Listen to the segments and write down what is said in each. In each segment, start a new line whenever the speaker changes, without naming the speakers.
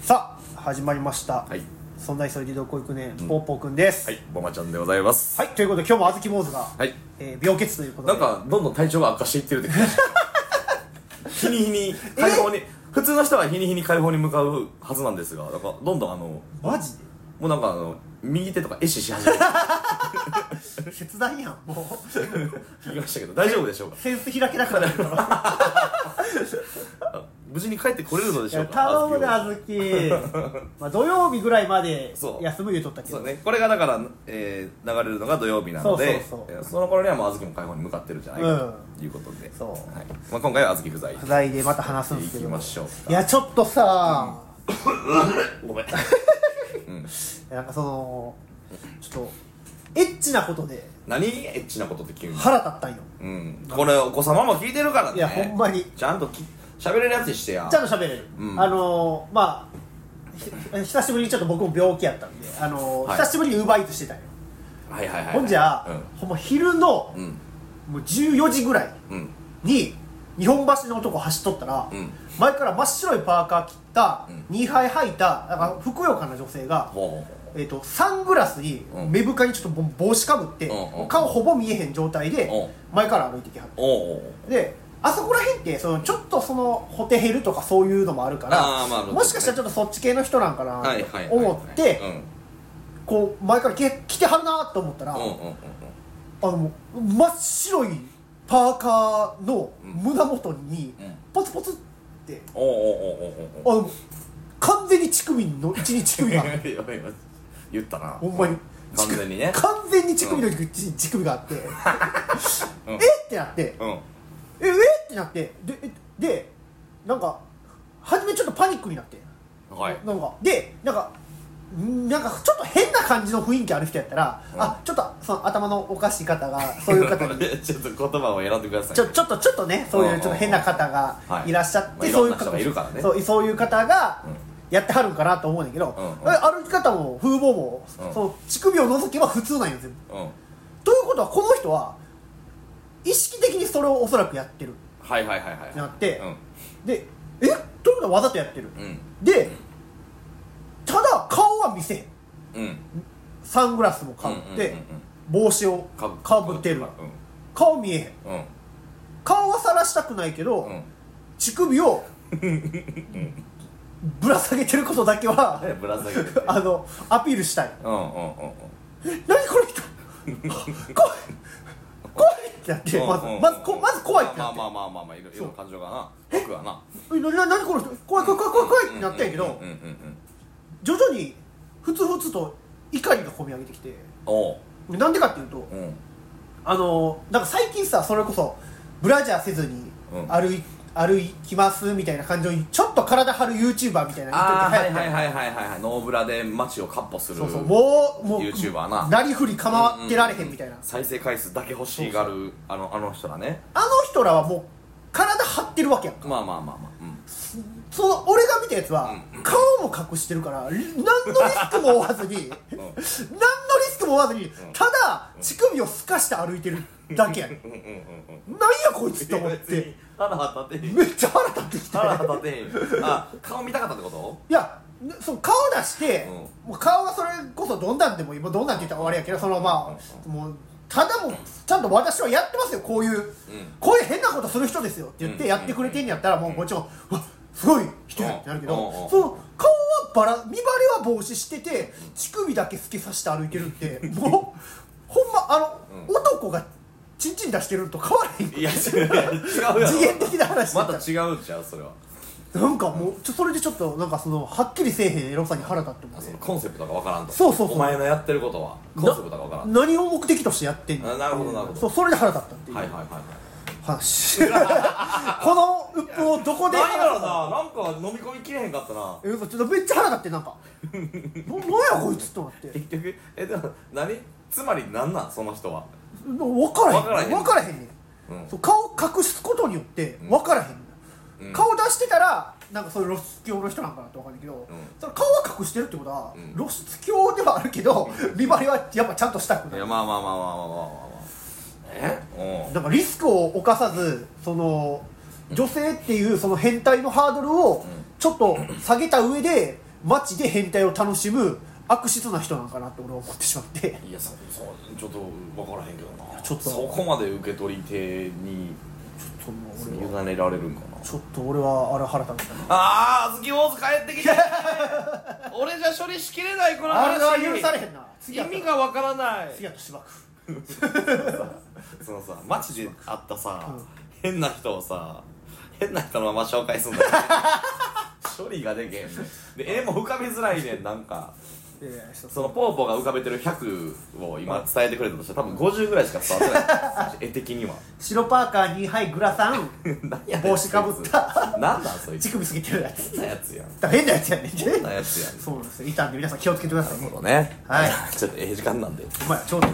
さあ始まりました、
はい
そんな急いでどこ行くね、ぽーぽーくんです
は
はい、
いボマちゃんでございます
ということで今日もあずき坊主が、
はい
えー病欠ということで
なんかどんどん体調が悪化していってるって聞きまし た日に日に解放に普通の人は日に日に解放に向かうはずなんですがなんかどんどんあのも
マジで
うなんかあの右手とか壊死し始めて
切断やんも
聞きましたけ ど大丈夫でしょう
うセンス開けなくなるから
か無事に帰ってこれるので
い
しょう
や
か
頼むな
あ
あずき まあ土曜日ぐらいまで
そう
休む言うとったけ
そ
ど、
うねこれがだから、えー流れるのが土曜日なので
そうそうそう
えーその頃にはもうあずきも解放に向かってるんじゃないかということで、
そう
はいまあ、今回はあずき不在
不在でまた話すん
い
ですけ
き
ど
ましょう
いやちょっとさ、
ごめんうん
なんかそのちょっとエッチなことで
何エッチなことって急に
腹立ったんよ
うん、これお子様も聞いてるからね
いやほんまに
ちゃんとき喋れるやつにしてや
ちゃんと喋れる、
うん
あのーまあひ久しぶりにちょっと僕も病気やったんで、あのー
はい
久しぶりにウーバーイーツしてたんよ、
はいはいはい、はい、
ほんじゃ、
う
ほんま昼の
んうん
もう14時ぐらい
うん
に日本橋の男走っとったら、
うん
前から真っ白いパーカー切った、
うん
二2杯履いたなんかふくよかな女性が、
ほうほうほ
えー、とサングラスに
うん
目深にちょっともう帽子かぶって、
うんうん
もう顔ほぼ見えへん状態で、
う
前から歩いてきはる
うおうおう
であそこら辺ってそのちょっとそのホテヘルとかそういうのもあるから
あーまあ
もしかしたらちょっとそっち系の人なんかな
はいはいはい
と思って、
うん
こう前から来来てはるなと思ったら、
うんうんうんうん
あの真っ白いパーカーの胸元に
うん
ポツポツって、
おうおうおうおうおうおう
あの完全に乳首の一に乳 首がある
やばいやばい言ったな
ほんまに
完全にね
完全に乳首の一に乳首があって、
うん
えってなって
うん
ええってなってでえでなんか初めちょっとパニックになって
はい
なんかでなんかんなんかちょっと変な感じの雰囲気ある人やったら、
うん
あちょっとその頭のおかしい方がそういう 方に
ちょっと言葉を選んでください
ちょちょっとちょっとねそういうちょっと変な方が
はい
いらっしゃって、そう
まあ
いう
いろんな人がいるからね
そうそういう方が
うん
やってはるんかなと思うんだけど、
うんうん
え歩き方も風貌も、
うん
その乳首を除けば普通なんよ全部
うん
ということはこの人は意識的にそれをおそらくやってる
はいはいはいはい
なって
うん
でえということはわざとやってる、
うん
でただ顔は見せへん
うん
サングラスもかぶって、
うんうん
帽子を
か
かぶってる顔見えへん
うんうん
顔は晒したくないけど、
うん
乳首をぶら下げてることだけは
あれぶら下げてて
あのアピールしたい
うんうんうんうん
え何この人怖い怖いってなってまずまずこまず怖いってな
まあ
って
まあまあまあまあいろいろ感情がな僕はな
えなな何この人怖い怖い怖い怖い怖いってなってんけど
うんうんうん
徐々にふつふつと怒りが込み上げてきて
おう
なんでかっていうと
うん
あのなんか最近さそれこそブラジャーせずに
うん
歩い、歩きますみたいな感じにちょっと体張る YouTuber みたいな
ああ
人っ
は
て
い
流行
は
って
いはいはいはいはいノーブラで街をカッポする
そうそうもうもう
YouTuber な
なりふり構ってられへんみたいな、
ううう再生回数だけ欲しがるあのあの人らね
あの人らはもう体張ってるわけやん
まあまあまあまあうん
その俺が見たやつは顔も隠してるからり何のリスクも負わずに何のリスクも負わずにただ乳首を透かして歩いてるだけやねん
うんうんうん
何やこいつと思って
腹立てへん
めっちゃ腹立 ってきて
腹立てへんあ顔見たかったってこと
いやねその顔出して、もう顔はそれこそどんなんでも今どんなんって言ったら悪いやけどそのまあ、もうただもうちゃんと私はやってますよこういう、こういう変なことする人ですよって言って
うん
やってくれてんやったらもうもちろん、うわすごい人やってなるけど、
うんうん
その顔はバラ見バレは防止してて乳首だけ透けさして歩いてる ってもうほんまあの、男がチンチン出してるのと変わらへん
いや違うやろ
次元的な話
また違うんちゃうそれは
なんかもうちょそれでちょっとなんかそのはっきりせえへんエロさに腹立ってます
そのコンセプトがわからんと
そうそうそう
お前のやってることはコンセプトがわからん
何を目的としてやってんの
あなるほどなるほど
そうそれで腹立ったっていう
はいはいはいはい
話 この鬱憤をどこで
何やろ
た
ななんか飲み込みきれへんかったな
え嘘ちょっとめっちゃ腹立ってなんか ななんやこいつと思って
結局えでも何つまり何なんその人は
分からへん
分からへん
分からへんね
うんん
そう顔隠すことによって分からへんねん、
うん
顔出してたらなんかそういう露出狂の人なんかなって分かんないけど、その顔は隠してるってことは、
ん
露出狂ではあるけど見張りはやっぱちゃんとしたく
い
ない
やまあまあまあまあまあまあまあまあえ
なんかリスクを冒さずその女性っていうその変態のハードルをちょっと下げた上で街で変態を楽しむ悪質な人なんかなって俺は思ってしまって
いやそそうちょっと分からへんけどな
ちょっと
そこまで受け取り手に
その
委
俺は
ねられるんかな
ちょっと俺はあれ腹立ったな
ああ小豆坊主帰ってきて俺じゃ処理しきれないこの
あ
話
れは許されへんな次
意
やった
味
ら
がわからない
次やったらしばく
そのさ街で会ったさ、変な人をさ変な人のまま紹介 するんだよ処理がでけへんねんで絵も浮かびづらいねんなんか
いやいやそう
そのポーポーが浮かべてる100を今伝えてくれたとしたら多分50ぐらいしか伝わってない絵的には
白パーカーにはいグラさん
何やねん
帽子かぶった
何なんそいつ
乳首すぎてるやつ
変なやつやん
だから変なやつやねん
変なやつやん
そうなんですよいたんで皆さん気をつけてくださいね
そうだね
はい
ちょっとええ時間なんで
お前ちょうど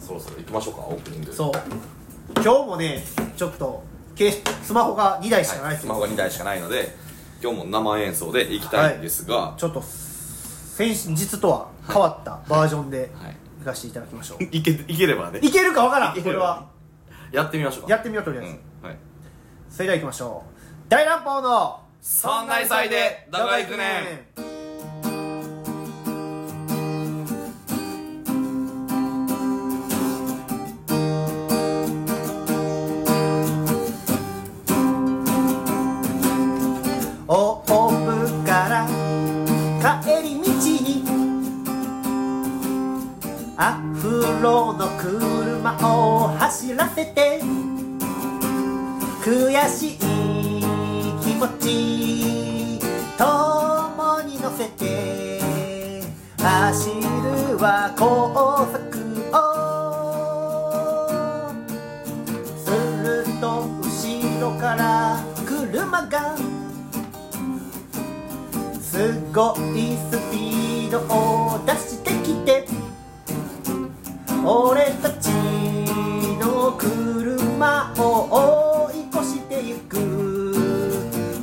そろそろ行きましょうかオープニング
そう今日もねちょっとけスマホが2台しかな
はいい、
です
ス
よ
マホが2台しかないので今日も生演奏で行きたいんですが、
ちょっと先日とは変わったバージョンで
はい
行かせていただきましょう、
いけいければね
い、けるかわからん
いける
これは
やってみましょうか
やってみようとりあえず、
うんはい
それでは行きましょう大乱暴の
そんな異彩でどこ行くね
オープから帰り道にアフロの車を走らせて悔しい気持ち共に乗せて走るは高速をすると後ろから車がすごいスピードを出してきて俺たちの車を追い越してゆく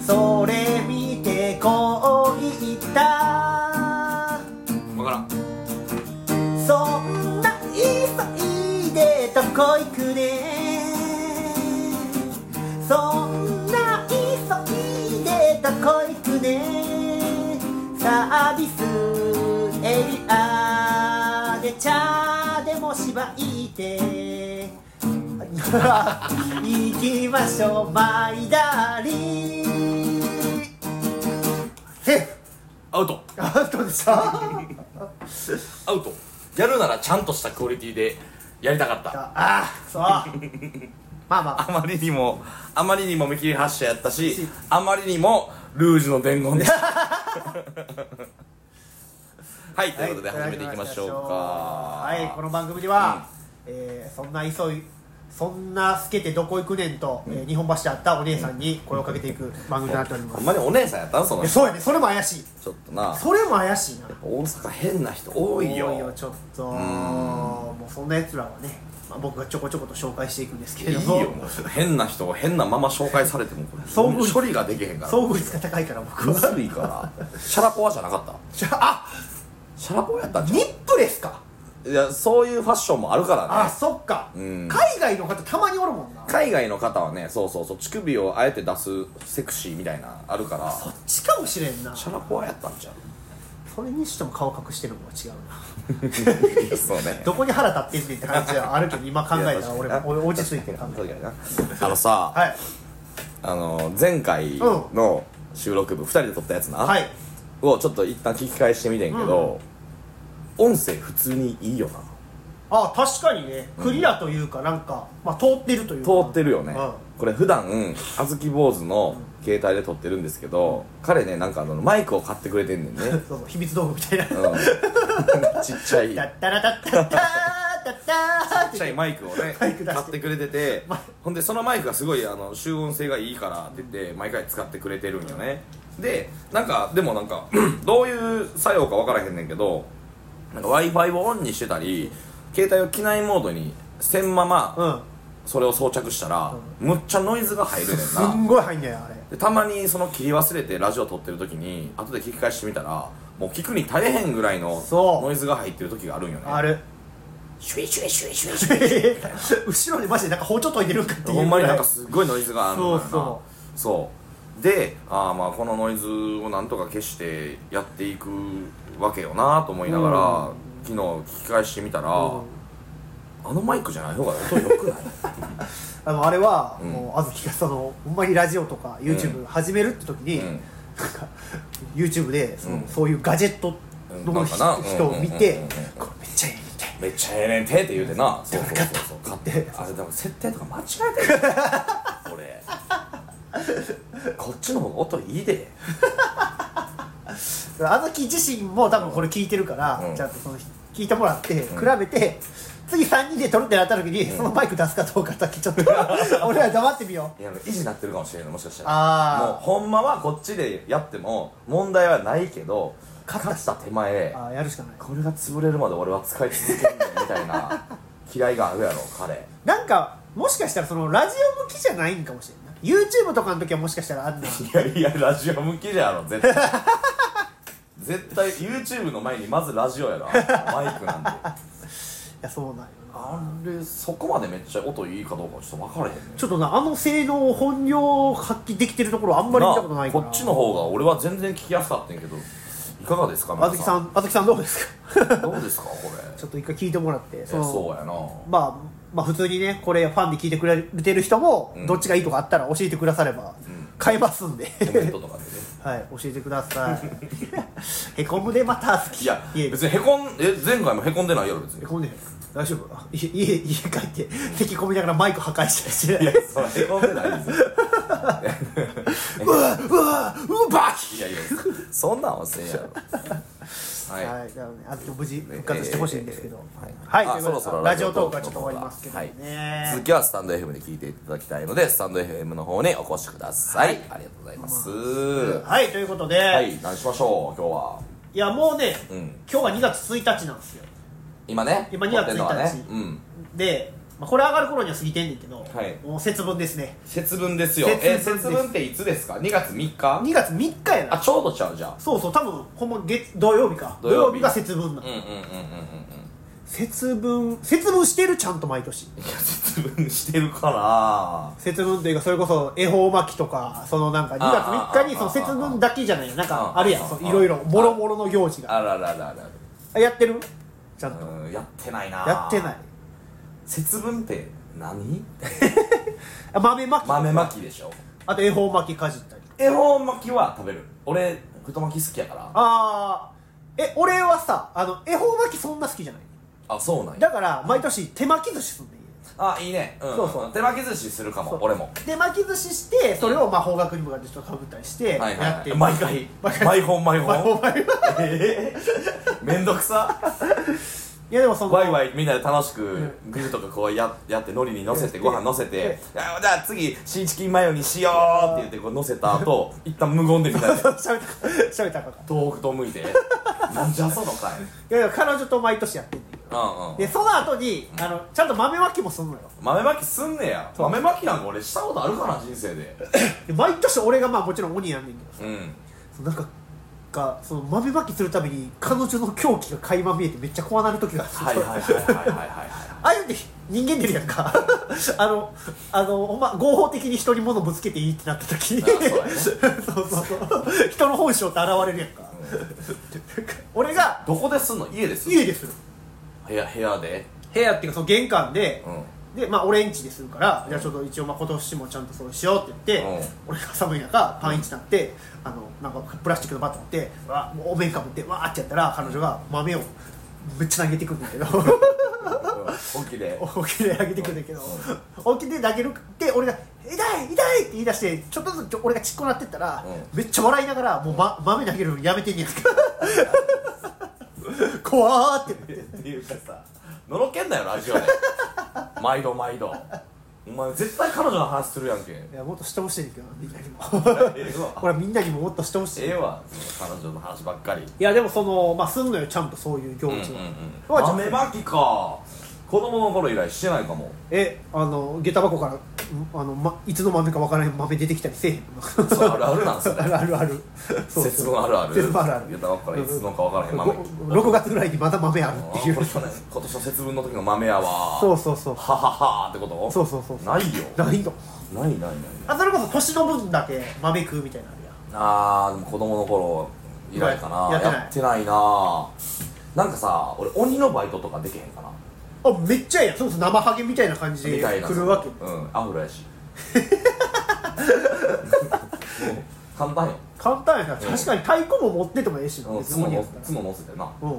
それ見てこう言った
分からん
そんな急いでどこ行くねそんな急いでどこ行くねサービスエリアで茶でもしばいて 行きましょうマイダーリンえ
アウト
あどうでした
アウトやるならちゃんとしたクオリティでやりたかった
ああ そうまあまあ
あまりにもあまりにも見切り発車やったし
し
あまりにもルージュの伝言 でしたはいということで始めていきましょうか
はいこの番組では、えーそんな急いそんなすけてどこ行くねんと、えー日本橋で会ったお姉さんに声をかけていく番組となっておりま
ほん
す、
まにお姉さんやったんその
え
人
そうやねそれも怪しい
ちょっとな
それも怪しいな
大阪変な人多いよ
ちょっともうそんなやつらはね、まあ、僕がちょこちょこと紹介していくんですけ
い
れ
いよ
ども
もう変な人を変なまま紹介されてもこれ
遭遇
処理ができへんから
遭遇率が高いから僕
む
は
ずいからシャラポワじゃなかった
じゃあ
シャラポワやったん
あ
じ
ニップレスか
ゃんいやそういうファッションもあるから
あ
ね
そっか、
うん
海外の方たまにおるもんな
海外の方はねそうそうそう乳首をあえて出すセクシーみたいなあるから
そっちかもしれんな
シャラポワやったんじゃん
それにしても顔隠してるのは違うな
そうね
どこに腹立ってんねんって感じはあるけど今考えた
いや
ら
確
俺
かに
も俺落ち着いてる考
確
え
かになあのさ、
はい
あの前回の収録部2人で撮ったやつな、
はい
をちょっと一旦聞き返してみてんけど、音声普通にいいよな
あ確かにねクリアというかなんか、まあ、通ってるというか
通ってるよね、
うん
これ普段あずき坊主の携帯で撮ってるんですけど、彼ねなんかあのマイクを買ってくれてんねんね、 うん
そうそう秘密道具みたいな「
ちっちゃいち
タ
っ
ッタラタッタッタータッター」って
ちゃいマイクをね
マ
買
イク出して
ってくれててほんでそのマイクがすごいあの集音性がいいからって言って毎回使ってくれてるんよねでなんかでもなんか どういう作用か分からへんねんけど w i f i をオンにしてたり携帯を機内モードにせんまま、
うん
それを装着したら、むっちゃノイズが入るねん
す
な ん
ごい入んねんあれ
でたまにその切り忘れてラジオ撮ってる時に後で聞き返してみたらもう聞くに耐えへんぐらいの
そう
ノイズが入ってる時があるんよね
ある
シュイシュイシュイシュイシュイ
後ろにマジでなんか包丁研いでるんかっていう
ほんまになんか
そ
すごいノイズがあるのよな
そう
そうであーまあこのノイズをなんとか消してやっていくわけよなと思いながら、昨日聞き返してみたら、あのマイクじゃない方が音良くない
あのあれは、
うん
もうあずきがそのほんまにラジオとか YouTube 始めるって時に、
うん
なんか YouTube でその、
うん
そういうガジェット
うんな
の
ん
ひ
かなうん
人を見て
うんうんうんうん
これめっちゃいいみたい
めっちゃええねんてって言うてなそうそうそうそう買
って
あれでも設定とか間違えてる俺こっちの方が音いいで
なあずき自身も多分これ聞いてるから、
うん
ちゃんとその聞いてもらって比べて、次3人で撮るってなった時に、そのマイク出すかどうかだけちょ っと俺ら黙ってみよう
いや維持になってるかもしれないもしかしたら
あー
もうほんまはこっちでやっても問題はないけど勝った手前
あーやるしかない
これが潰れるまで俺は使い続けるみたいな嫌いがあるやろ彼
なんかもしかしたらそのラジオ向きじゃないんかもしれんない YouTube とかの時はもしかしたらあん な
いやいやラジオ向きじゃろ絶対絶対 YouTube の前にまずラジオやろあのマイクなんで
いやそうなんよな
あれそこまでめっちゃ音いいかどうかちょっと分からへんね
ちょっとなあの性能を本領発揮できてるところあんまり見たことないから
こっちの方が俺は全然聞きやすかったんやけどいかがですか
あずきさ
ん
んあずきさんどうですか
どうですかこれ
ちょっと一回聞いてもらって
そ
の
そうやな
まあまあ普通にねこれファンで聞いてくれてる人も
うん
どっちがいいとかあったら教えてくだされば
ん
買いますんで、
コメントとかでね
はい教えてください へこむでまた好き
いや
家
別にへこんえ前回もへこんでないやろ別に
へこんでへん大丈夫 家家家帰って 咳込みながらマイク破壊したりしてない
それへこんでないです
うわうわうわバキ
いやいやそんなんは せんやろはい、
はい、なので、あと無事復活してほしいんですけど、
はい、
はい、
あ
という
そ
こ
ろ
と
そ
で
ろ
ラジオトークはちょっと終わりますけど
はい、続
ね。
きはスタンド FM で聞いていただきたいのでスタンド FM の方にお越しください、ありがとうございます、
はい、ということで、、
はいい何しましょう今日は
やもうね、
うん
今日は2月1日なんですよ。
今ね
今2月
撮ってんのはね
1日
うん
で、まあ、これ上がる頃には過ぎてんねんけど、
はい
もう節分ですね。
節分ですよ
節分
え
です
節分っていつですか2月3日
2月3日や
あ
な。
ちょうどちゃうじゃん
そうそう、多分ほんま月土曜日か。
土
土
曜日
曜日が節分な
うん
の、
うんうんうんうんうん
節分、節分してるちゃんと毎年。
いや節分してるか
節分というかそれこそ恵方巻きとかそのなんか2月3日にその節分だけじゃないよなんかあるやんそのいろいろもろもろの行事
な
が
あらららら
あやってるちゃんと
うんやってないな
やってない
節分って何
あ豆まき
豆まきでしょ
あと恵方巻きかじったり
恵方巻きは食べる俺太巻き好きやから
ああえ俺はさあの恵方巻きそんな好きじゃない
あそうなんや
だから毎年手巻き寿司すんねん
あいいねうん
そうそう
手巻き寿司するか
そ
も
う
俺も
家で巻き寿司してそれをまあ方角に向かってちょっとかぶったりして
はい
やっ
は
て
い
る
毎回
毎回
毎本毎
毎
本
本毎本
えーめんどくさ
いやでもその
ワイワイみんなで楽しくグルとかこうややって海苔に乗せて
うん
ご飯乗せてあじゃあ次シーチキンマヨにしようって言ってこう乗せた後一旦無言でみた いなで
喋った喋ったらあかんか
遠くと向いてなんじゃそのかい
いやいや彼女と毎年やってんねん
うんうん
でその後にあのちゃんと豆まきもすんのよ
豆まきすんねや豆まきなんか俺したことあるかな人生で
で毎年俺がまあもちろん鬼やんねんけどさ
うん
そのなんかがその豆まきするために彼女の狂気が垣間見えてめっちゃ怖なる時があって
はいはいはいはいはいは
ああいうのって人間出るやんか あのあのほんま合法的に人に物ぶつけていいってなった時に
あそうやね
そうそうそう人の本性って現れるやんか,、なんか俺
い
が
どこですんの家です
家でする
部屋部屋で
部屋っていうかその玄関で、
うん
でまあ俺んちでするから、じゃあちょっと一応まあ今年もちゃんとそうしようって言って、俺が寒い中パンイチなって、あのなんかプラスチックのバット持ってわあもうお面かぶってわーってやったら彼女が豆をめっちゃ投げてくるんだけど
本気で
大きいで投げてくるんだけど大きいで投げるって俺が「痛い痛い!」って言い出してちょっとずつ俺がちっこなってったら、
う
めっちゃ笑いながらもう、ま、豆投げるのやめてんねや んか怖ーってなって
っていうかさのろけんなよラ ジオで毎度毎度お前絶対彼女の話するやんけ
いやもっとしてほしいんだけどみんなにも
ええわ
これはみんなにももっとしてほしい
ええわその彼女の話ばっかり
いやでもそのまあすんのよちゃんとそういう行
うん
事
うん
は、
う
まあちょっ
ん
と
豆まきか子供の頃以来してないかも
えあの下駄箱からあの、ま、いつの豆かわからへん豆出てきたりせえへんの
そうあるあるなんですよ
あ るあるあるそうそう
節分あるある
節分あるある
言ったばっからいつのかわからへん豆
ご6月ぐらいにまた豆あるっていう
あこれ去年今年の節分の時の豆やわ
そううそうそう
はははってこと
そうそうそう
ないよ
ないの
ないないないない
あそれこそ年の分だけ豆食うみたいなのあるやん
あーでも子供の頃以来かな
やってない
やってないななんかさ俺鬼のバイトとかできへんかな
あめっちゃええやんそもそも生ハゲみたいな感じで
みたいな
来るわけ
うんアフロや しもう簡単よ
簡単やな確かに太鼓も持っててもええしな
うん
別
角
に
の角のせてな
うん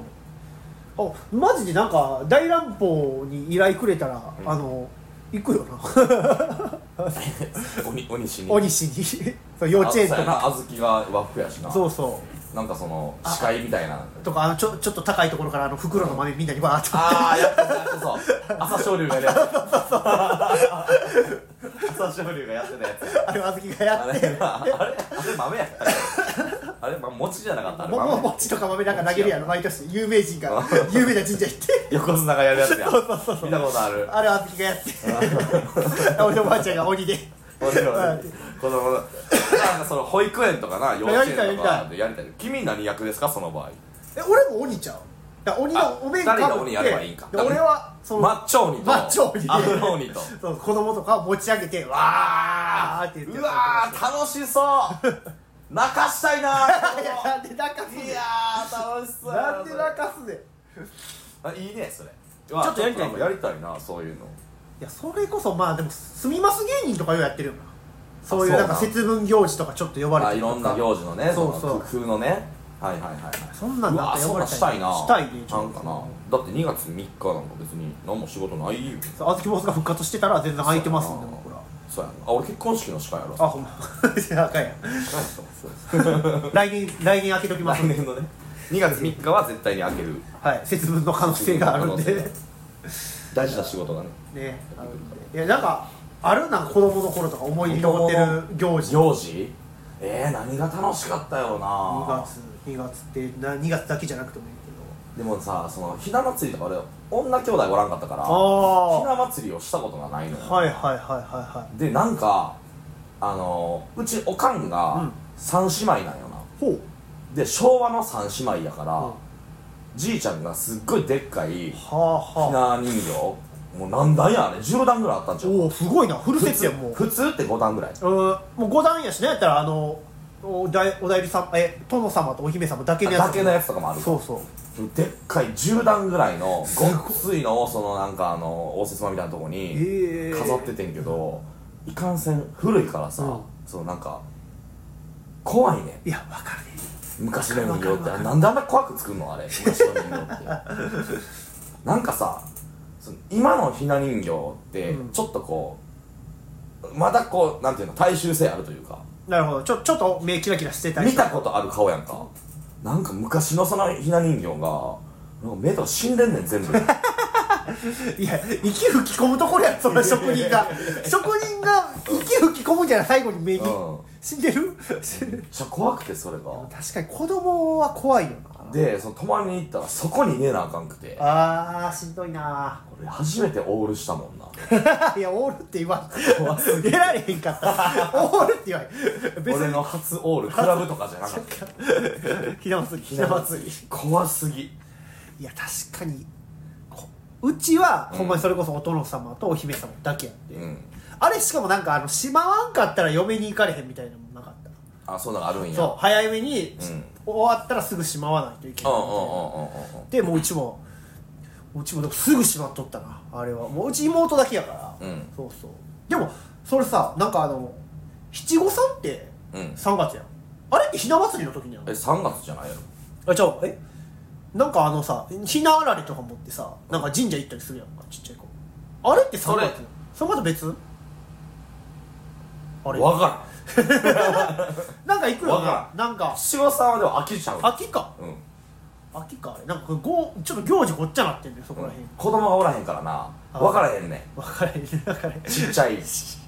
あマジでなんか大乱暴に依頼くれたら、
うん
あの行くよな
鬼鬼しに
鬼しに そう幼稚園と
あそう
か
やな小豆が和服やしな
そうそう
なんかその司会みたいな
とかあのちょちょっと高いところからあの袋の豆みんなにバーッと
ああやってたやってそう朝青龍がやるや つ朝青龍がやってたやつ
あれは小豆が
あ
やっ
れ
て
はあれあれ豆やったっけあれま餅じゃなかったあれ
もも
豆
餅とか豆なんか投げるやろ毎年有名人が 有名な神社行って
横綱がやるやつや見たことある
あれは小豆がやって 俺のおばあちゃんが鬼で
俺は子供のなんかその保育園とかな幼稚
や
園
り
と
たいやり
かでやりたい君何役ですかその場
え俺も鬼ちゃうだから鬼
あ
のお面か
二人
ぶ
が
っ
鬼
て
やればいいんか
で俺はそ
合
の
マッチョ鬼と
マッチョ鬼で
アフロ鬼と
そう子供とかを持ち上げてわーって言って
うわー楽しそう泣かしたいなー
いや なんで泣かす
い
ね
やー楽しそ
ん
う
なんで泣かすねんい
あいいねそれち
ょっとやりたい
やりたいなそういうの
やそれこそまあでもすみます芸人とかようやってるよなそういう
そう
な
なん
んか節分行事とかちょっと呼ばれ
あ
て
い
るとか
ろんな行事のね
そう
の
そう
工夫のねはいはいはいはい
そんなん
う
なん
わ
か
そ
呼
ん
ばれ
なん
た
したいな
したいねちょっ
なん
と
かなだって2月3日なんか別に何も仕事ないよ
そうあずきボスが復活してたら全然空いてますんで僕ら
そうやなあ俺結婚式の司会やろ
あほんま あかんやん
司会やった
来年来年開けときます
来年のね2月3日は絶対に開ける
はい節分の可能性があるん
可能性が
で
ある大事な仕事がね
ねあるんでいやなんかあるなんか子供の頃とか思い出に残ってる行事
行事えー、何が楽しかったよ
2
な
月2月ってな2月だけじゃなくてもいいけど
でもさそのひな祭りとか俺女兄弟おらんかったから
あー
ひな祭りをしたことがないのよ
はいはいはいはいはい
でなんかあのうちおかん
う
が
ん
三姉妹なんよな、
ほう
で昭和の三姉妹やから、
は
じいちゃんがすっごいでっかいひ
あはあ
な人形もう何段やあれ10段ぐらいあったんちゃう
おおすごいなフルセ
普
ット
通
やんもう
普通って5段ぐらい
うんもう五段やしねやったらあのおだいおだいりさんえ殿様とお姫様だけのやつ
だけのやつとかもある
そうそう
でっかい10段ぐらいのごっついのをそのなんかあの応接間みたいなとこに
ええ
飾っててんけど、いかんせん古いからさ、
うん
そのなんか怖いね
いやわかるね
昔の人形ってなんであんな怖く作るのあれ昔の人形ってなんかさその今のひな人形って
うん
ちょっとこう、まだこうなんていうの大衆性あるというか
なるほどちょちょっと目キラキラしてたり
見たことある顔やんかなんか昔のそのひな人形がなんか目とか死んでんねん全部
いや息吹き込むところやんそんな職人が職人が息吹き込むんじゃない最後に目に、
うん
死んでる
めっちゃ怖くてそれが
確かに子供は怖いよな
でその泊まりに行ったらそこに寝なあかんくて
あーしんどいな
俺初めてオールしたもんない
や、オールって言わん。出られへんかった。オールって言わん。別
俺
に、
の初オールクラブとかじゃな かった
ひな祭り、ひ
ひ
な
な
祭り
祭り。怖すぎ
いや、確かに、こうちは、
うん
ほんまにそれこそお殿様とお姫様だけやって。
うん
あれ、しかもなんか、あの、しまわんかったら嫁に行かれへんみたいなのもなかった。
あそうなのあるんや
そう、早めに、
うん
終わったらすぐしまわないといけ
う
なんい
うん
み
うん
たいな。
うんうんうん
で、もううちも、うちもでもすぐしまっとったな、あれは。もううち妹だけやから。
うん
そうそう。でも、それさ、なんかあの、七五三って、
うん
3月やんあれってひな祭りの時にやん
え3月じゃないやろ
あじゃあえなんかあのさひなあられとか持ってさなんか神社行ったりするやんかちっちゃい子あれって3
それ
月それまた別あれ
わか
なんか行くよね
わか
なん
ら
か
ん七五三はでも飽きちゃう
秋か
うん
秋かあれなんかこれごちょっと行事ごっちゃなってんだよそこらへん、
子供がおらへんからな
あ
分からへんねん
分からへん分からへん
ちっちゃ い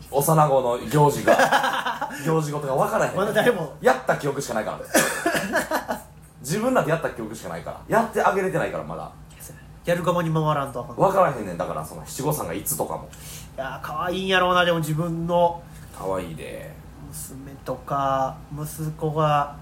幼子の行事が行事事が分からへんねん
まだ誰も
やった記憶しかな いから自分なんてやった記憶しかないからやってあげれてないからまだ
やる側に回らんとあかんい
分からへんねんだからその七五三がいつとかも
やー可愛いんやろうなでも自分の
可愛いで
娘とか息子が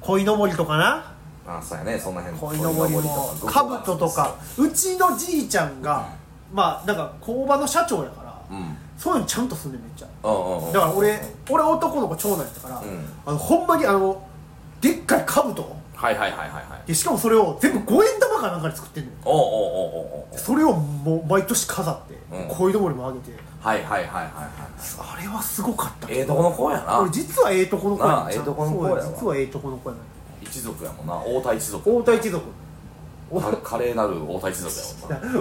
鯉のぼりとかな
あそうやねそんな辺
鯉のぼりも
か
兜とかうちのじいちゃんがまあなんか工場の社長やから
うんうん
そういうのちゃんとすんねんめっちゃ
うんうん
だから俺俺男の子長男やったから、
ん
あのほんまにあのでっかい兜
はいはいはいはいはい
でしかもそれを全部五円玉かなんかで作ってんのよ
おうおうおうおうおう
それをもう毎年飾って
うん
鯉のぼりもあげて
はいはいはいはいはい
あれはすごかった
ええとこの子やな
俺実はええとこの子や
なあええとこの子やわ
そう実はええとこの子やな
一族やもんな太田一族
太田一族
か華麗なる太田一族やもん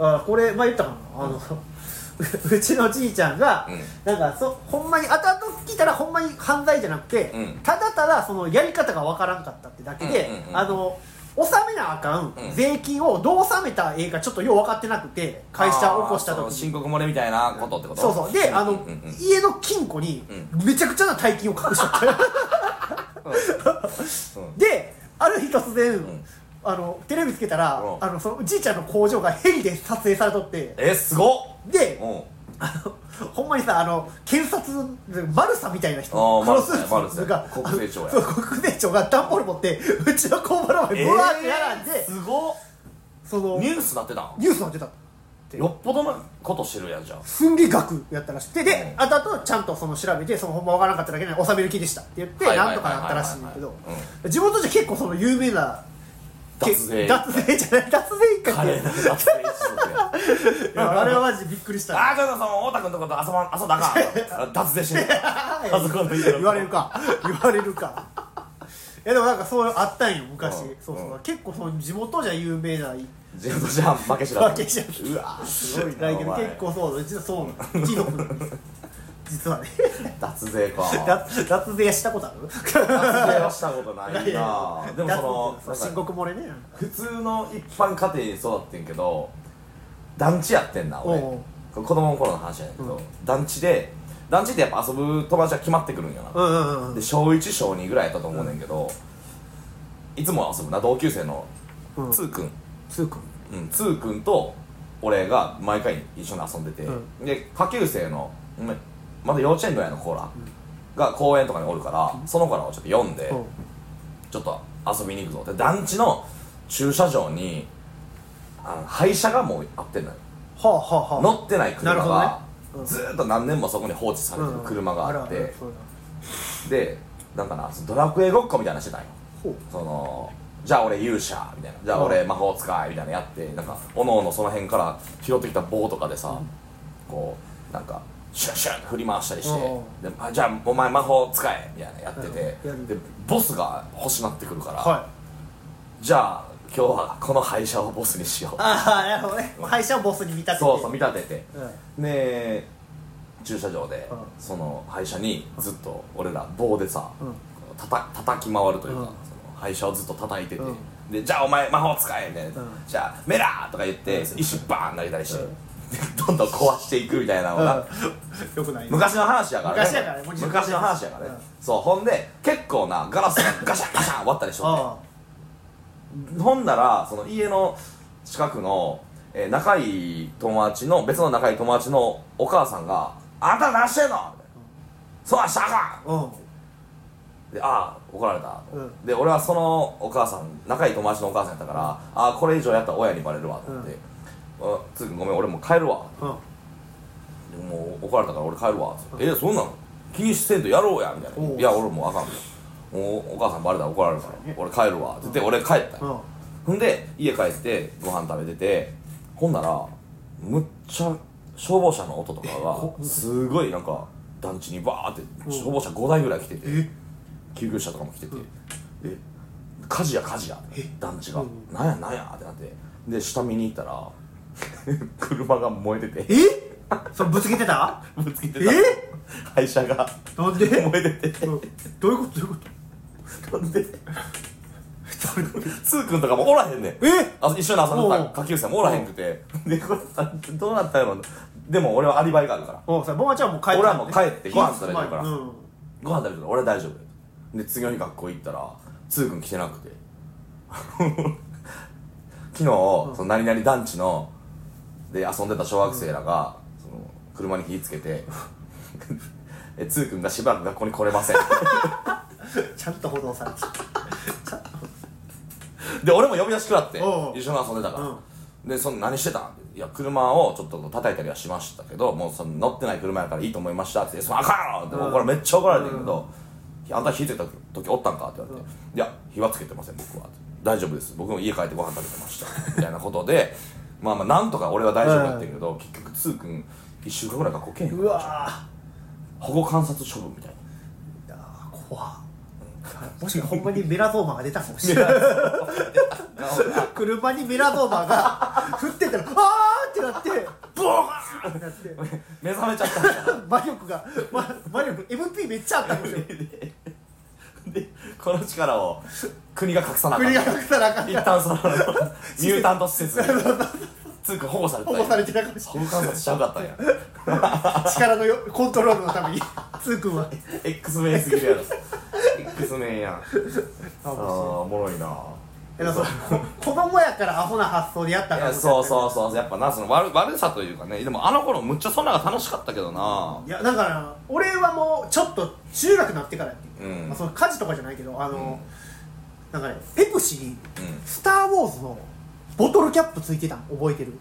な
あこれ前言ったかなあの、 うちのじいちゃんが、
うん
なんかそほんまに後々聞いたらほんまに犯罪じゃなくて、
うん
ただただそのやり方がわからんかったってだけで、
うんうんうん
あの納めなあかん
うん
税金をどう納めたらええかちょっとよう分かってなくて会社起こした
あーその
時
申
に
告漏れみたいなことってこと
そうそうであの、
うんうんうん
家の金庫にめちゃくちゃな大金を隠しちゃった、
うん
である日突然、
ん
あのテレビつけたら、
うん
あのそのじいちゃんの工場がヘリで撮影されとって
えすごっ
で
うん
あのほんまにさあの検察マルサみたいな人
あー
黒ス
マル
ー
サ
ツ
や
が
マルサや国税庁や
あのそう国税庁が段ボール持ってうちの工場の前にブワーって並んで、
えーすごっ
そのニ
ニ
ュ
ュースなってたん
ースになってたって
よっぽどなことしてるやんじ ゃん
すんげえ額やったらしくてで
うん
あとあとちゃんとその調べてそのほんまわからなかっただけで納める気でしたって言って
はいは
な
いは
ん
い
と
は
か
い
なったらしいんだけど
う
地元じゃ結構その有名なけ
脱税
脱税じゃない脱税一家
華
って
麗なる脱税 一族や
いや あれはマジでびっくりした
ああちょっとその太田君とこと遊ばん遊んだら あかん脱税しねえあそこの家の
言われるか言われるかいやでもなんかそうあったんよ昔
うん
そうそううん結構その地元じゃ有名な
地元じゃん負け知ら
わ
ず
けじゃん
うわー
すごい
な
だけど
お前
結構そう実はそう一族なんですよ実はね
脱税か
脱脱税したことある
脱税はしたことないなでもその
脱税申告漏れね
普通の一般家庭に育ってんけど団地やってんな俺
おう
子供の頃の話やねんけど、
うん
団地で団地でやっぱ遊ぶ友達が決まってくるんよな、
うんうんうん
で小1小2ぐらいやったと思うねんけど、いつも遊ぶな同級生の
うん
つーくん
つうくん
うんつーくんと俺が毎回一緒に遊んでて、
う
で下級生のままだ幼稚園ぐらいの子らが公園とかにおるから、その子らをちょっと読んで、
うん
ちょっと遊びに行くぞで団地の駐車場にあの廃車がもうあってんのよ
はあはあはあ
乗ってない車
なる
が、
ほどねうん
ずーっと何年もそこに放置されてる車があって、
うんるるそうだ
でなんかなそのドラクエごっこみたいなのしてたんよ
ほう
そのじゃあ俺勇者みたいなじゃあ
う
俺魔法使いみたいなのやってなんかおのおのその辺から拾ってきた棒とかでさ、こうなんかシュンシュンって振り回したりして
う
であじゃあお前魔法使えみたいなのやってて、
うんやる
でボスが欲しなってくるから、
はい
じゃあ今日はこの廃車をボスにしよう
ああなるほどね会社をボスに見立てて
そうそう見立てて
うん
で駐車場で
うん
その廃車にずっと俺ら棒でさ
うん
たた叩き回るという
うん
かその廃車をずっと叩いてて
うん
でじゃあお前魔法使えみたいな
うん
じゃあメラーとか言って石バーン投げたりして
うん
で どんどん壊していくみたいなのが
うんよくないね
昔の話やからね
昔やからねもう十分
昔の話やからね
うん
そうほんで結構なガラスがガシャンガシャン割ったりしとって
あ
ほんならその家の近くの、えー仲いい友達の別の仲いい友達のお母さんが「あんた何してんの?みたいな」そらしたらあか
あうん
ん!」で「ああ怒られた」
うん
で俺はそのお母さん仲いい友達のお母さんやったから「ああこれ以上やったら親にバレるわ」と思って「あつーくんごめん俺もう帰るわ」
うん
でもう怒られたから俺帰るわ」つってえそんなん気にしてんとやろうや」みたいな「
おう
いや俺もうあかん」みたいなもうお母さんバレたら怒られるから
ね
俺帰るわ」って言って俺帰ったん
う
よ
ん
ほんで家帰ってご飯食べててほんならむっちゃ消防車の音とかがすごいなんか団地にバーって消防車5台ぐらい来てて
え
救急車とかも来ててえ火事や火事や団地がなんやなんやってなってで下見に行ったら 車が燃えてて
えそれぶつけてた
ぶつけてた
え
廃車が
なんで
燃えてて
うんどういうことどういうこと
なんでつーくんとかもおらへんねん
え
あ一緒に遊んで
おうお
た
う
下級生もおらへんくてでこれさどうなったんやろでも俺はアリバイがあるから
おうさボマちゃんはもう帰って
俺はもう帰ってご飯食べてるから
うん
ご飯食べてるから俺は大丈夫で次の日学校行ったらつーくん来てなくて 昨日、その何々団地ので遊んでた小学生らが、その車に火つけ てえつーくんがしばらく学校に来れません
ちゃんと保存されて
で俺も呼び出し食らって
おうおう
一緒に遊んでたから、
うん
でその何してたんいや車をちょっと叩いたりはしましたけどもうその乗ってない車やからいいと思いましたって「そのあかんやろ!」ってもうこれめっちゃ怒られてるけど「あんた火つけた時おったんか?」って言われて「いや火はつけてません僕は」大丈夫です僕も家帰ってご飯食べてました」みたいなこと でまあまあなんとか俺は大丈夫だってるけど結局つーくん1週間ぐらい学校けえへんか
う
ら
わー
保護観察処分みたいない
やー怖っもしかほんまにメラゾーマが出たかもしれない車にメラゾーマが降ってたら「あー!」ってなってボーンってなって
目覚めちゃったんだ
魔力が、ま、魔力 MP めっちゃあったかもしれない
でこの力を国が隠さなあかっ
国
た
が隠さなあかん
一旦そ のミュータント施 設につうか保護された
保
んや
護されてなかった
保護観察しちゃうかったんや
力のよコントロールのためにつーくんは
X メンすぎるやろ X メンやんあ
あ
あーおもろいな
だからそう子供やからアホな発想でやった
い
から
やそうそうそうやっぱなその悪悪さというかねでもあの頃むっちゃそんなが楽しかったけどな
やだから俺はもうちょっと中学になってからやって、
うん
まあ、その火事とかじゃないけどあの、なんかねペプシに「スター・ウォーズ」のボトルキャップついてたん覚えてる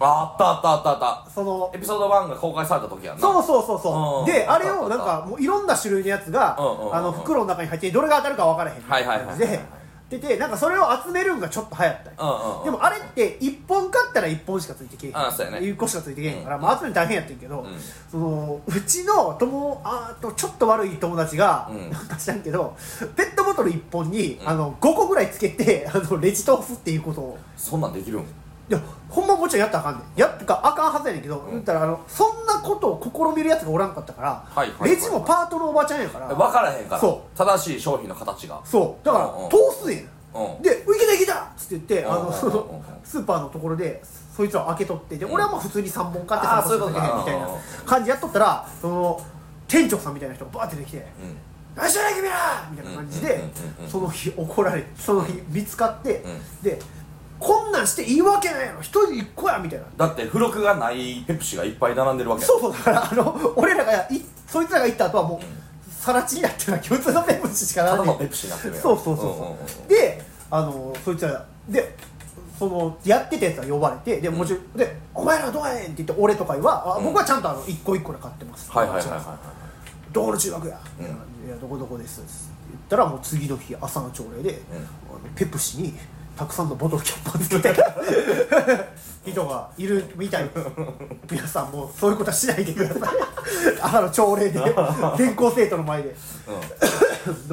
ああったあったあったあっ
その
たエピソード1が公開された時やんな
そうそうそう
う
そ
ん
うであれ
あ
を
った
な
あ
ん
った
かもういろんな種類のやつが
うんうんうん
あの袋の中に入ってどれが当たるか分からへんみたいな感じ
はい
で
はいはいはい
出てなんかそれを集めるんがちょっと流行ったんよ
うんうんうん
でもあれって1本買ったら1本しかついてけえへん
あそうやね
1個しかついてけえへんから、まあ、集めるの大変やってんけど、
ん
そのうちの友あとちょっと悪い友達が、
うん
なんか知らんけどペットボトル1本に、あの5個ぐらいつけて あのレジ通すっていうことを
そんなんできるん
いやほんまもちろんやったらあかんねんやっかあかんはずやねんけど、
ん
言ったらあのそんなことを試みるやつがおらんかったから、
はいはいはい
レジもパートのおばちゃんやから
分からへんから
そ
正しい商品の形が
そうだか
うんう
ら
ん
通すねん
うん
で「いけたいけた!」っつって言ってあ
うんうんうん
の
うん
そのスーパーのところでそいつらを開け取ってで
うん
俺はまあ普通に3本買って
あ
3
ーそういうこ
本
と
買ってみたいな感じやっとったらその店長さんみたいな人がバーって出てきて
うん
「何してない君ら!」みたいな感じ
うんうん
で
うんうん
その日怒られてその日見つかって
ん
で「こんなんしていいわけないやろ一人一個や」みたいな
だって付録がないペプシがいっぱい並んでるわけや
そうそうだからあの 俺らがいそいつらが行った後はもうさらちになってるわけ普通のペプシしか
た
な
だ
い
のペプシになってるやん
そうそうそうそう,、
んんん
であのそいつらでそのやってたやつは呼ばれてでもちろん、で「お前らどうやねん!」って言って俺とかは、あ
うん
僕はちゃんとあの一個一個で買ってます
はいはいはいはい
どこの中学や、
うん
いやどこどこです」って言ったらもう次の日朝の朝礼で、あのペプシにたくさんのボトルキャップをつけて 人がいるみたいです皆さんもうそういうことはしないでください朝の朝 礼で全校生徒の前で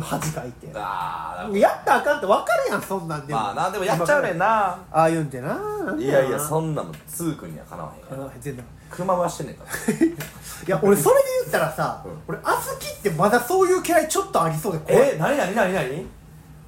恥かいて
あー
やったらあかんって分かるやんそんなんでも
まあなでもやっちゃうねんな
ああいうんてないい
やいやそんなのつーくんにはかなわへんから
全然
車回してんねんから
いや俺それで言ったらさ、
うん
俺あずきってまだそういう嫌いちょっとありそうで怖い
え何何何何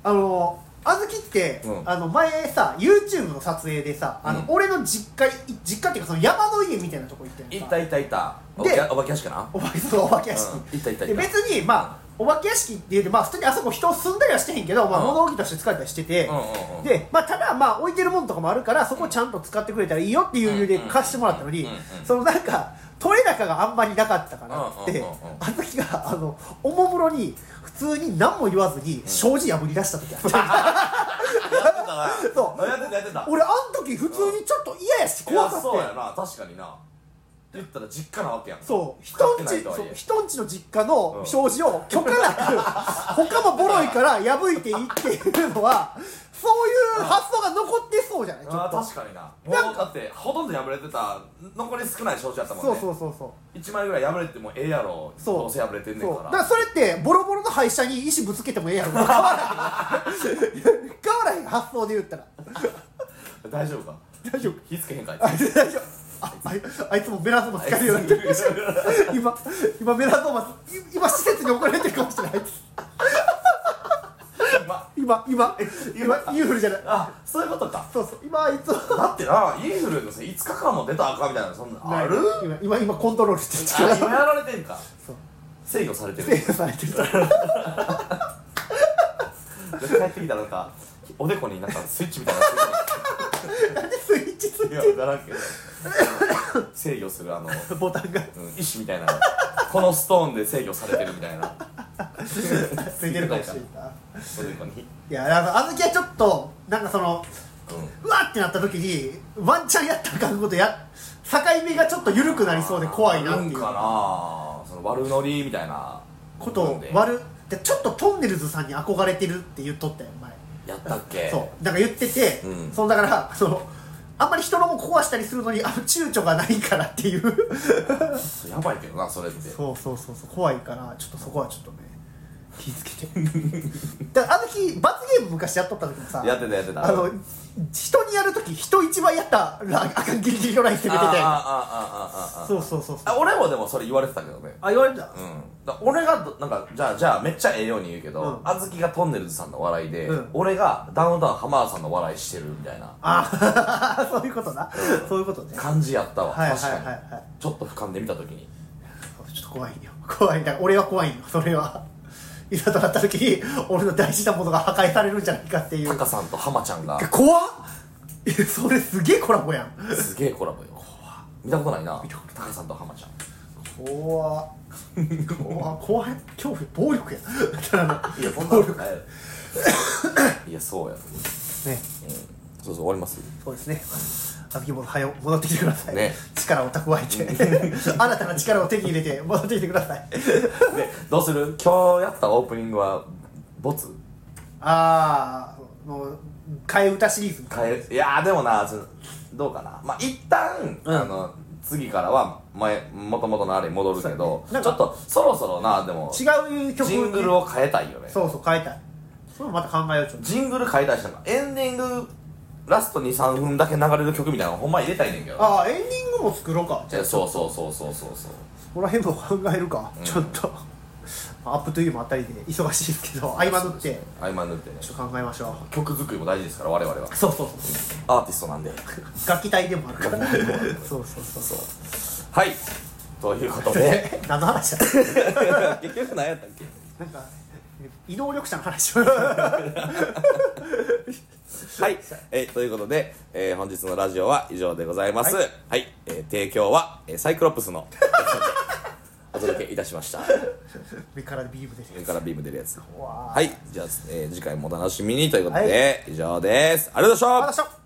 あのあずきって、
うん
あの前さ YouTube の撮影でさあの、
うん
俺の実家い実家っていうかその山の家みたいなとこ行った
い
やん
た
か
いたいたお
で
ばおばけ屋敷な
お化けそうお化け屋敷、
うんいたいたい
で
た
別にまあお化け屋敷って言うてまあ普通にあそこ人住んだりはしてへんけど、まあ、
うん
物置として使えたりしてて、
うんうんうん
でまあ、ただまあ置いてるもんとかもあるからそこちゃんと使ってくれたらいいよっていう理由で
うんうん
貸してもらったのに、
うんうん
そのなんか取れ高があんまりなかったからっつって、
うんうんうんうん
あの時があのおもむろに普通に何も言わずに障子破り出した時あった、
やってたな
そう
やってたやってた
俺あの時普通にちょっと嫌やし
いや
怖かった
そうやな確かにな言ったら実家なわけやん
そう
使
人
って
ん
な
ち
いとはい
そう
え
人んちの実家の
うん
障子を許可 なく他もボロいから破いていいっていうのはそういう発想が残ってそうじゃないちょ
あ
っ
ー
と
確かにな
な
もうだってほとんど破れてた残り少ない焼酎やったもん
そう
ね
そうそうそう
1枚ぐらい破れてもええやろ
そう
どうせ破れてんね
そ
ん
う
か
だ
ら
からそれってボロボロの廃車に石ぶつけてもええや ろ変わらへん変わらへん発想で言ったら
大丈夫か
大丈夫
火つけへんかい
あいつ大丈夫ああいあいつもメラゾーマ使えるようになってる今今メラゾーマい今施設に置かれてるかもしれないあいつ
ま
今今今ユーフルじゃない
あそういうことか
そうそう今あいつは
だってなインフルエンザさ5日間も出たらあかんみたいなそんなある
今今今コントロールしてる
あ今やられてんか
そう
制御されてる
制御されてる
で帰ってきたらなんかおでこになんかスイッチみたいなのついて
なんでスイッチつい
い
て
や
る
だらけど制御するあの、う
ボタンが
ん、意志みたいなこのストーンで制御されてるみたいな
ついてるかもしれない
そういう子に
いやなんかあずきはちょっとなんかその
うん
うわってなった時にワンチャンやったらあかんことや境目がちょっと緩くなりそうで怖いなって
ん
いう
かなその悪ノリみたいな
ことを
で
割るでちょっとトンネルズさんに憧れてるって言っとったよ前
やったっけ
そうだから言ってて、
うん
そのだからそのあんまり人のもん壊したりするのにあの躊躇がないからっていう
そうやばいけどなそれって
そうそうそうそう怖いからちょっとそこはちょっとね気ぃつけて だからあの日罰ゲーム昔やっとった時もさ
やってたやってた
あの人にやる時人一番やったらあかんギリギリのライン攻めてて
ああああああああ
そうそうそうそう
あ俺もでもそれ言われてたけどね
あ言われた
うん、だ俺がどなんかじゃあじゃあめっちゃええように言うけど、
うん
あずきがトンネルズさんの笑いで、
うん
俺がダウンタウン浜田さんの笑いしてるみたいな
あ そういうことな、そういうことね
感じやったわ、
はいはいは
確か
い
に、
は
ちょっと俯瞰で見た時に
いちょっと怖いよ怖いだから俺は怖いよそれはいざとなった時に俺の大事なものが破壊されるんじゃないかっていう
タカさんと浜ちゃ んが
怖っえそれすげえコラボやん
すげえコラボよ見たことないなタカさんと浜ちゃん
怖っ怖っ怖い恐怖暴力や
いや、そんなことないやろいや、そうやろ。
ね
うん。そうそう、終わります。
そうですねあずきも早う戻ってきてください、
ね
力を蓄え て新たな力を手に入れて戻ってきてください
で、どうする今日やったオープニングは、ボツ
ああもう替え歌シリーズ
変え、いやー、でもな、そのどうかな。まあ、一旦、
うん
あの、次からは、前、もともとのあれに戻るけど、
そうやねなん
ち
か
ょっと、そろそろな、でも、
違う曲
ジングル
を
を変えたいよね。
そうそう変えたいそれもまた考えようちょっと
ジングル変えたいし、なんか、エンディング、ラスト2、3分だけ流れる曲みたいなのほんま入れたいねんけど。
ああエンディングも作ろうか
じゃあそうそうそうそうそうそう。
こら辺も考えるか、
うん
ちょっとアップというもあたりで忙しいですけど合間縫って
合間縫ってね。
ちょっと考えましょ
曲作りも大事ですから、我々は
う。そうそうそう
アーティストなんで。
楽器隊でもあるから そうそうそうそう
はい。ということで。
何の話 だ
結局何やったっけ
なんか移動力者の話を は
はい。えーということで、えー本日のラジオは以上でございます。は。
はい
えー提供は、えーサイクロプスの お届けいたしました。
上からビーム出て
上
る
からビーム出るやつ。
わー
はい。じゃあ、えー次回もお楽しみにということで、
は
以上です。ありがとうございまし
ありがとうござ
た
いました